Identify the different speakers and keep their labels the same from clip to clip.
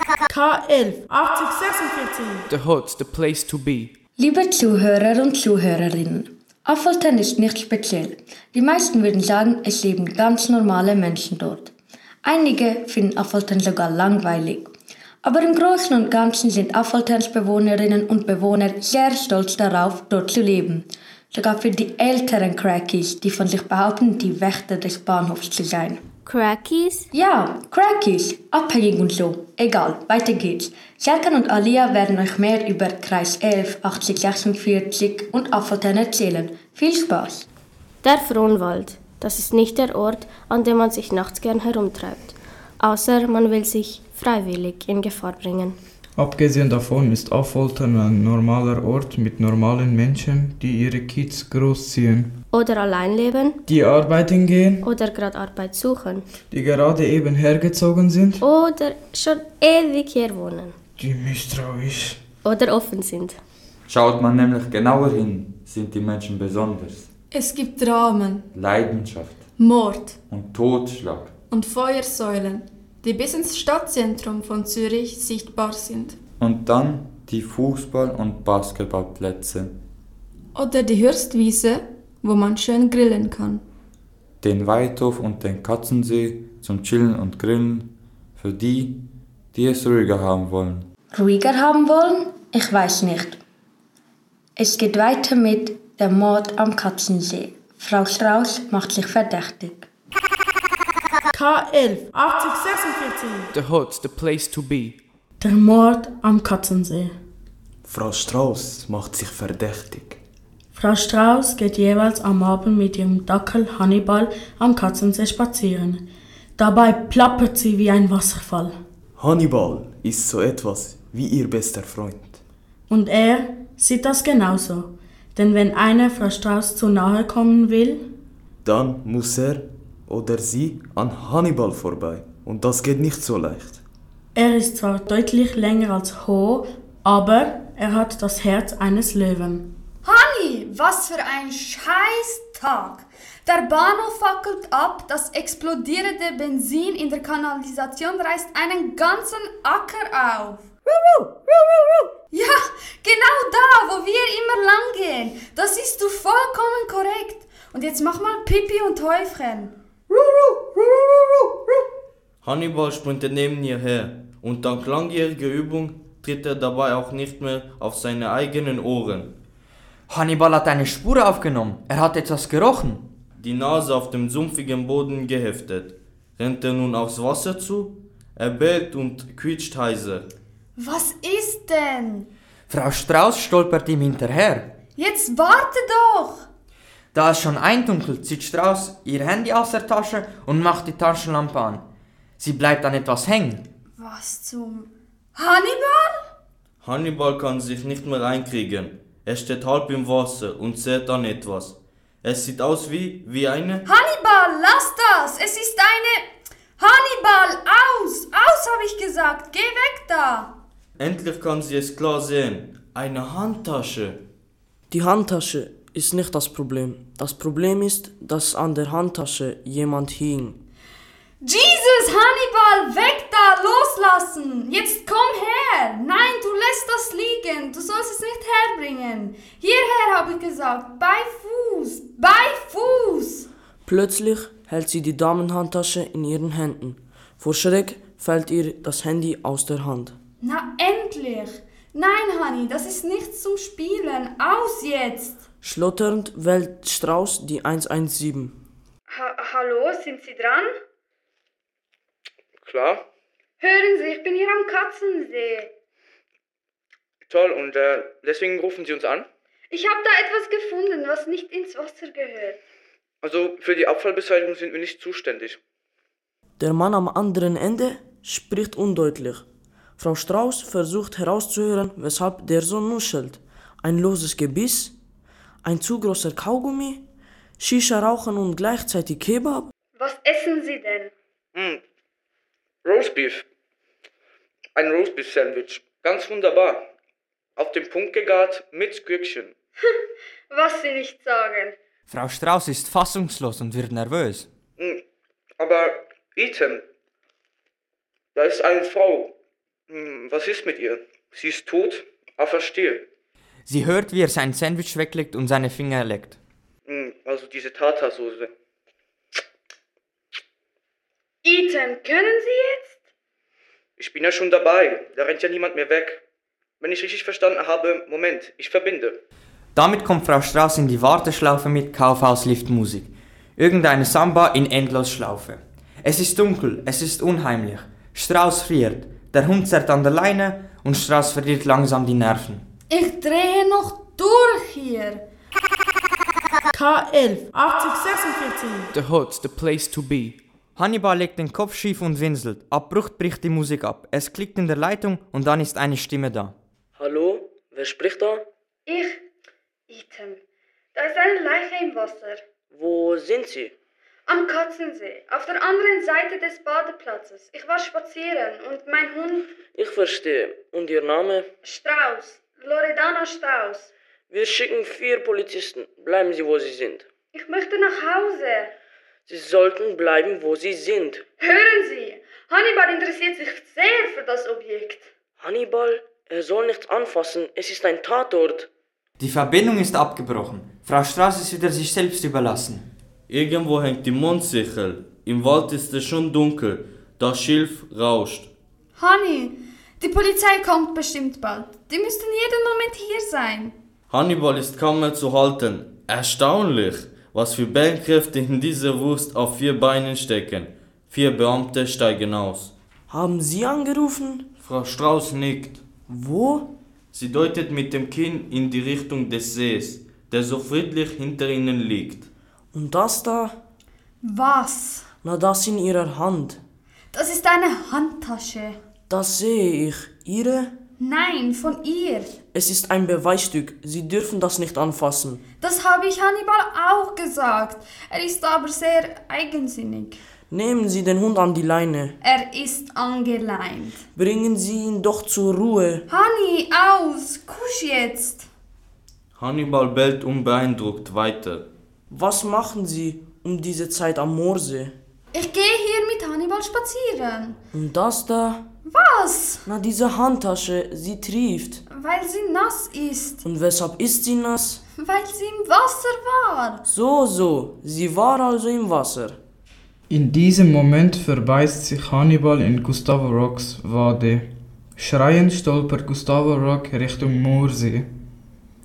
Speaker 1: K11 8046.
Speaker 2: The Hut, the place to be.
Speaker 3: Liebe Zuhörer und Zuhörerinnen, Affoltern ist nicht speziell. Die meisten würden sagen, es leben ganz normale Menschen dort. Einige finden Affoltern sogar langweilig. Aber im Großen und Ganzen sind Affolterns Bewohnerinnen und Bewohner sehr stolz darauf, dort zu leben. Sogar für die älteren Crackies, die von sich behaupten, die Wächter des Bahnhofs zu sein.
Speaker 4: Crackies?
Speaker 3: Ja, Crackies, abhängig und so. Egal, weiter geht's. Serkan und Alia werden euch mehr über Kreis 11, 8046 und Affoltern erzählen. Viel Spaß!
Speaker 4: Der Fronwald. Das ist nicht der Ort, an dem man sich nachts gern herumtreibt. Außer man will sich freiwillig in Gefahr bringen.
Speaker 5: Abgesehen davon ist Affoltern ein normaler Ort mit normalen Menschen, die ihre Kids großziehen,
Speaker 4: Oder allein leben
Speaker 5: die arbeiten gehen,
Speaker 4: oder gerade Arbeit suchen.
Speaker 5: die gerade eben hergezogen sind,
Speaker 4: Oder schon ewig hier wohnen.
Speaker 5: die misstrauisch.
Speaker 4: Oder offen sind.
Speaker 6: Schaut man nämlich genauer hin, sind die Menschen besonders.
Speaker 1: Es gibt Dramen,
Speaker 6: Leidenschaft
Speaker 1: Mord
Speaker 6: und Totschlag.
Speaker 1: und Feuersäulen, die bis ins Stadtzentrum von Zürich sichtbar sind.
Speaker 6: Und dann die Fußball- und Basketballplätze,
Speaker 1: Oder die Hürstwiese, wo man schön grillen kann.
Speaker 6: den Weidhof und den Katzensee zum Chillen und Grillen für die, die es ruhiger haben wollen.
Speaker 3: Ruhiger haben wollen? Ich weiß nicht. Es geht weiter mit dem Mord am Katzensee. Frau Strauß macht sich verdächtig.
Speaker 1: K11 8046.
Speaker 2: The Hut, the place to be.
Speaker 7: Der Mord am Katzensee.
Speaker 8: Frau Strauß macht sich verdächtig.
Speaker 7: Frau Strauß geht jeweils am Abend mit ihrem Dackel Hannibal am Katzensee spazieren. Dabei plappert sie wie ein Wasserfall.
Speaker 8: Hannibal ist so etwas wie ihr bester Freund.
Speaker 7: Und er sieht das genauso. Denn wenn einer Frau Strauß zu nahe kommen will,
Speaker 8: Dann muss er oder sie an Hannibal vorbei. Und das geht nicht so leicht.
Speaker 7: er ist zwar deutlich länger als Ho, aber er hat das Herz eines Löwen.
Speaker 9: Honey, was für ein scheiß Tag. Der Bahnhof fackelt ab, das explodierende Benzin in der Kanalisation reißt einen ganzen Acker auf. Ja, genau da, wo wir immer lang gehen. Das ist du vollkommen korrekt. Und jetzt mach mal Pipi und Täufchen.
Speaker 10: Hannibal springt neben ihr her und dank langjähriger Übung tritt er dabei auch nicht mehr auf seine eigenen Ohren.
Speaker 11: Hannibal hat eine Spur aufgenommen. Er hat etwas gerochen.
Speaker 10: Die Nase auf dem sumpfigen Boden geheftet. Rennt er nun aufs Wasser zu? Er bellt und quietscht heiser.
Speaker 9: Was ist denn?
Speaker 11: Frau Strauß stolpert ihm hinterher.
Speaker 9: Jetzt warte doch.
Speaker 11: Da es schon eindunkelt, zieht Strauß ihr Handy aus der Tasche und macht die Taschenlampe an. Sie bleibt an etwas hängen.
Speaker 9: Was zum... Hannibal?
Speaker 10: Hannibal kann sich nicht mehr einkriegen. Er steht halb im Wasser und zerrt an etwas. Es sieht aus wie, wie eine...
Speaker 9: Hannibal, lass das! Es ist eine. Hannibal, aus! Aus, habe ich gesagt! Geh weg da!
Speaker 10: Endlich kann sie es klar sehen. Eine Handtasche.
Speaker 12: Die Handtasche ist nicht das Problem. Das Problem ist, dass an der Handtasche jemand hing.
Speaker 9: Jesus, Hannibal, weg da! Loslassen! Jetzt komm her! Nein, du lässt das liegen! Du sollst es nicht herbringen! Hierher, habe ich gesagt! Bei Fuß! Bei Fuß!
Speaker 12: Plötzlich hält sie die Damenhandtasche in ihren Händen. Vor Schreck fällt ihr das Handy aus der Hand.
Speaker 9: Na, endlich! Nein, Hanni, das ist nichts zum Spielen! Aus jetzt!
Speaker 12: Schlotternd wählt Strauß die 117.
Speaker 9: Hallo, sind Sie dran?
Speaker 13: Klar.
Speaker 9: Hören Sie, ich bin hier am Katzensee.
Speaker 13: Toll, und äh, deswegen rufen Sie uns an?
Speaker 9: Ich habe da etwas gefunden, was nicht ins Wasser gehört.
Speaker 13: Also für die Abfallbeseitigung sind wir nicht zuständig.
Speaker 12: Der Mann am anderen Ende spricht undeutlich. Frau Strauß versucht herauszuhören, weshalb der so nuschelt. Ein loses Gebiss? Ein zu großer Kaugummi? Shisha rauchen und gleichzeitig Kebab?
Speaker 9: Was essen Sie denn?
Speaker 13: Hm. Roastbeef. Ein Roastbeef-Sandwich. Ganz wunderbar. Auf den Punkt gegart mit Gürkchen.
Speaker 9: Was Sie nicht sagen.
Speaker 11: Frau Strauß ist fassungslos und wird nervös.
Speaker 13: Hm. Aber Ethan, da ist eine Frau. Hm, Was ist mit ihr? Sie ist tot? Ah, verstehe.
Speaker 11: Sie hört, wie er sein Sandwich weglegt und seine Finger leckt.
Speaker 13: Hm, Also diese Tartarsoße.
Speaker 14: Ethan, können Sie jetzt?
Speaker 13: Ich bin ja schon dabei. Da rennt ja niemand mehr weg. Wenn ich richtig verstanden habe, Moment, ich verbinde.
Speaker 11: Damit kommt Frau Strauß in die Warteschlaufe mit Kaufhausliftmusik. Irgendeine Samba in Endlosschlaufe. Es ist dunkel, es ist unheimlich. Strauß friert, der Hund zerrt an der Leine und Strauß verliert langsam die Nerven.
Speaker 9: Ich drehe noch durch hier.
Speaker 7: K11, 8046.
Speaker 11: The Hut's the place to be. Hannibal legt den Kopf schief und winselt. Abrupt bricht die Musik ab. Es klickt in der Leitung und dann ist eine Stimme da.
Speaker 12: Hallo, wer spricht da?
Speaker 14: Ich, Ethan. Da ist eine Leiche im Wasser.
Speaker 12: Wo sind Sie?
Speaker 14: Am Katzensee, auf der anderen Seite des Badeplatzes. Ich war spazieren und mein Hund
Speaker 12: Ich verstehe. Äh, Und Ihr Name?
Speaker 14: Strauß, Loredana Strauß.
Speaker 12: Wir schicken vier Polizisten. Bleiben Sie, wo Sie sind.
Speaker 14: Ich möchte nach Hause.
Speaker 12: Sie sollten bleiben, wo Sie sind.
Speaker 14: Hören Sie, Hannibal interessiert sich sehr für das Objekt.
Speaker 12: Hannibal, er soll nichts anfassen. Es ist ein Tatort.
Speaker 11: Die Verbindung ist abgebrochen. Frau Strauß ist wieder sich selbst überlassen.
Speaker 10: Irgendwo hängt die Mondsichel. Im Wald ist es schon dunkel. Das Schilf rauscht.
Speaker 9: Honey, die Polizei kommt bestimmt bald. Die müssten jeden Moment hier sein.
Speaker 10: Hannibal ist kaum mehr zu halten. Erstaunlich, was für Beinkräfte in dieser Wurst auf vier Beinen stecken. Vier Beamte steigen aus.
Speaker 12: Haben Sie angerufen?
Speaker 10: Frau Strauß nickt.
Speaker 12: Wo?
Speaker 10: Sie deutet mit dem Kinn in die Richtung des Sees, der so friedlich hinter ihnen liegt.
Speaker 12: Und das da?
Speaker 9: Was?
Speaker 12: Na, das in Ihrer Hand.
Speaker 9: Das ist eine Handtasche.
Speaker 12: Das sehe ich. Ihre?
Speaker 9: Nein, von ihr.
Speaker 12: Es ist ein Beweisstück. Sie dürfen das nicht anfassen.
Speaker 9: Das habe ich Hannibal auch gesagt. Er ist aber sehr eigensinnig.
Speaker 12: Nehmen Sie den Hund an die Leine.
Speaker 9: Er ist angeleint.
Speaker 12: Bringen Sie ihn doch zur Ruhe.
Speaker 9: Honey, aus! Kusch jetzt!
Speaker 10: Hannibal bellt unbeeindruckt weiter.
Speaker 12: Was machen Sie um diese Zeit am Moorsee?
Speaker 9: Ich gehe hier mit Hannibal spazieren.
Speaker 12: Und das da?
Speaker 9: Was?
Speaker 12: Na, diese Handtasche, sie trieft.
Speaker 9: Weil sie nass ist.
Speaker 12: Und weshalb ist sie nass?
Speaker 9: Weil sie im Wasser war.
Speaker 12: So, so, sie war also im Wasser.
Speaker 5: In diesem Moment verbeißt sich Hannibal in Gustavo Rocks Wade. Schreiend stolpert Gustavo Rock Richtung Moorsee.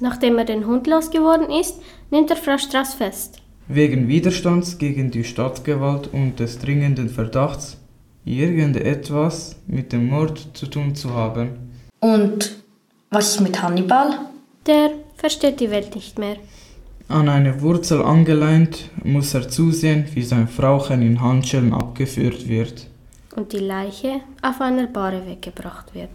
Speaker 4: Nachdem er den Hund losgeworden ist, nimmt er Frau Strauß fest.
Speaker 5: Wegen Widerstands gegen die Staatsgewalt und des dringenden Verdachts, irgendetwas mit dem Mord zu tun zu haben.
Speaker 3: Und was ist mit Hannibal?
Speaker 4: Der versteht die Welt nicht mehr.
Speaker 5: An eine Wurzel angeleint, muss er zusehen, wie sein Frauchen in Handschellen abgeführt wird.
Speaker 4: Und die Leiche auf einer Bahre weggebracht wird.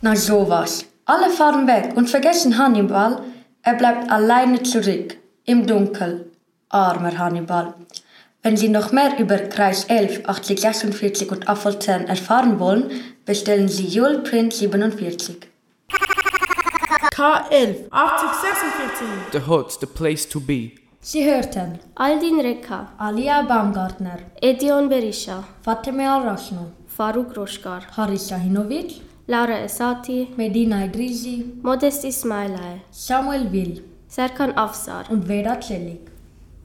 Speaker 3: Na sowas. Alle fahren weg und vergessen Hannibal. Er bleibt alleine zurück, im Dunkel. Armer Hannibal. Wenn Sie noch mehr über Kreis 11, 8046 und Apfel 10 erfahren wollen, bestellen Sie Jule Print 47.
Speaker 7: K11, 8046.
Speaker 2: The Hut's the place to be.
Speaker 15: Sie hörten
Speaker 4: Aldin Reka,
Speaker 15: Alia Baumgartner,
Speaker 4: Edion Berisha,
Speaker 15: Fatime Al-Rasno,
Speaker 4: Faruk Roshkar,
Speaker 15: Haris Jahinovic,
Speaker 4: Laura Esati,
Speaker 15: Medina Idrisi,
Speaker 4: Modest Ismailay,
Speaker 15: Samuel Will
Speaker 4: Serkan Afsar
Speaker 15: und Vedat Celik.